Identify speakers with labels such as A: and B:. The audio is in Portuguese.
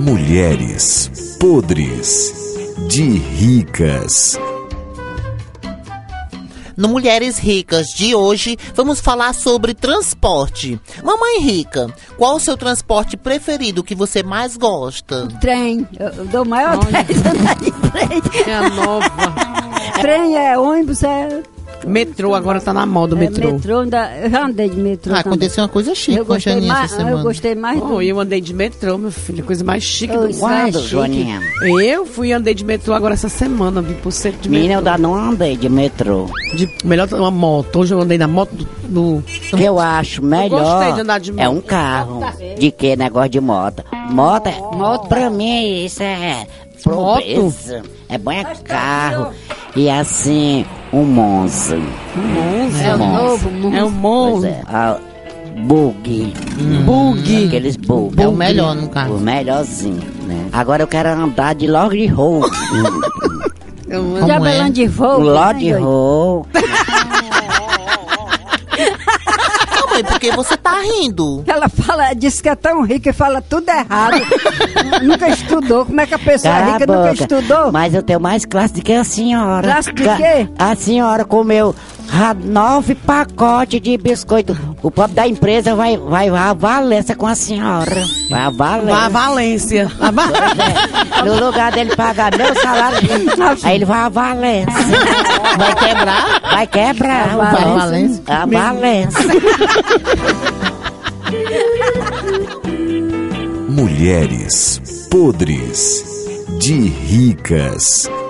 A: Mulheres podres de ricas.
B: No Mulheres Ricas de hoje, vamos falar sobre transporte. Mamãe Rica, qual o seu transporte preferido que você mais gosta?
C: Trem. Eu eu dou maior três andar de trem.
D: É a nova.
C: Trem é ônibus, é,
D: metrô, agora tá na moda o
C: é
D: metrô.
C: metrô. ainda- eu já andei de metrô.
B: Ah,
C: também.
B: aconteceu uma coisa chique
C: Eu
B: com a
C: gostei,
B: Janine
C: mais,
B: essa semana.
C: eu gostei mais do
D: Oh, eu andei de metrô, meu filho, coisa mais chique
E: Oi,
D: do mundo.
E: Sandro, Joaninha.
D: Eu fui e andei de metrô agora essa semana, vim pro centro de
E: Menina, eu
D: metrô.
E: ainda não andei de metrô.
D: De, melhor uma moto. Hoje eu andei na moto do. do-
E: Que eu acho melhor.
D: gostei de andar de Tá
E: É
D: moto.
E: um carro. De que negócio de moto? Moto, é- moto pra mim, isso é. Pobreza. É bom é carro. E assim, um monstro.
D: Monza.
E: um monstro.
D: É um monstro.
E: Pois é. Ah, bug.
D: Hum. Bug.
E: Aqueles bug.
B: É o melhor no
E: O
B: caso.
E: melhorzinho, né? Agora eu quero andar de logo de roupa.
D: Eu
B: Como é?
C: Jabelão de voo. né,
E: Um Lord
D: né,
E: Roll.
B: Mamãe, por que você tá rindo?
C: Ela fala, diz que é tão rica e fala tudo errado. nunca estudou. Como é que a pessoa
E: Cala a
C: rica nunca
E: boca.
C: estudou?
E: Mas eu tenho mais classe do que a senhora.
C: Classe de
E: Ca-
C: quê?
E: A senhora comeu ra- nove pacotes de biscoito. O pobre da empresa vai, vai à Valença com a senhora. Vai à
D: Vá a
E: Valença.
D: Valência. A Va-
E: É, No lugar dele pagar meu salário, aí ele vai à Valença.
B: Vai quebrar?
E: Vai quebrar.
C: A
B: Vai, Valença.
C: Valença.
E: A Valença.
A: Mulheres podres de ricas.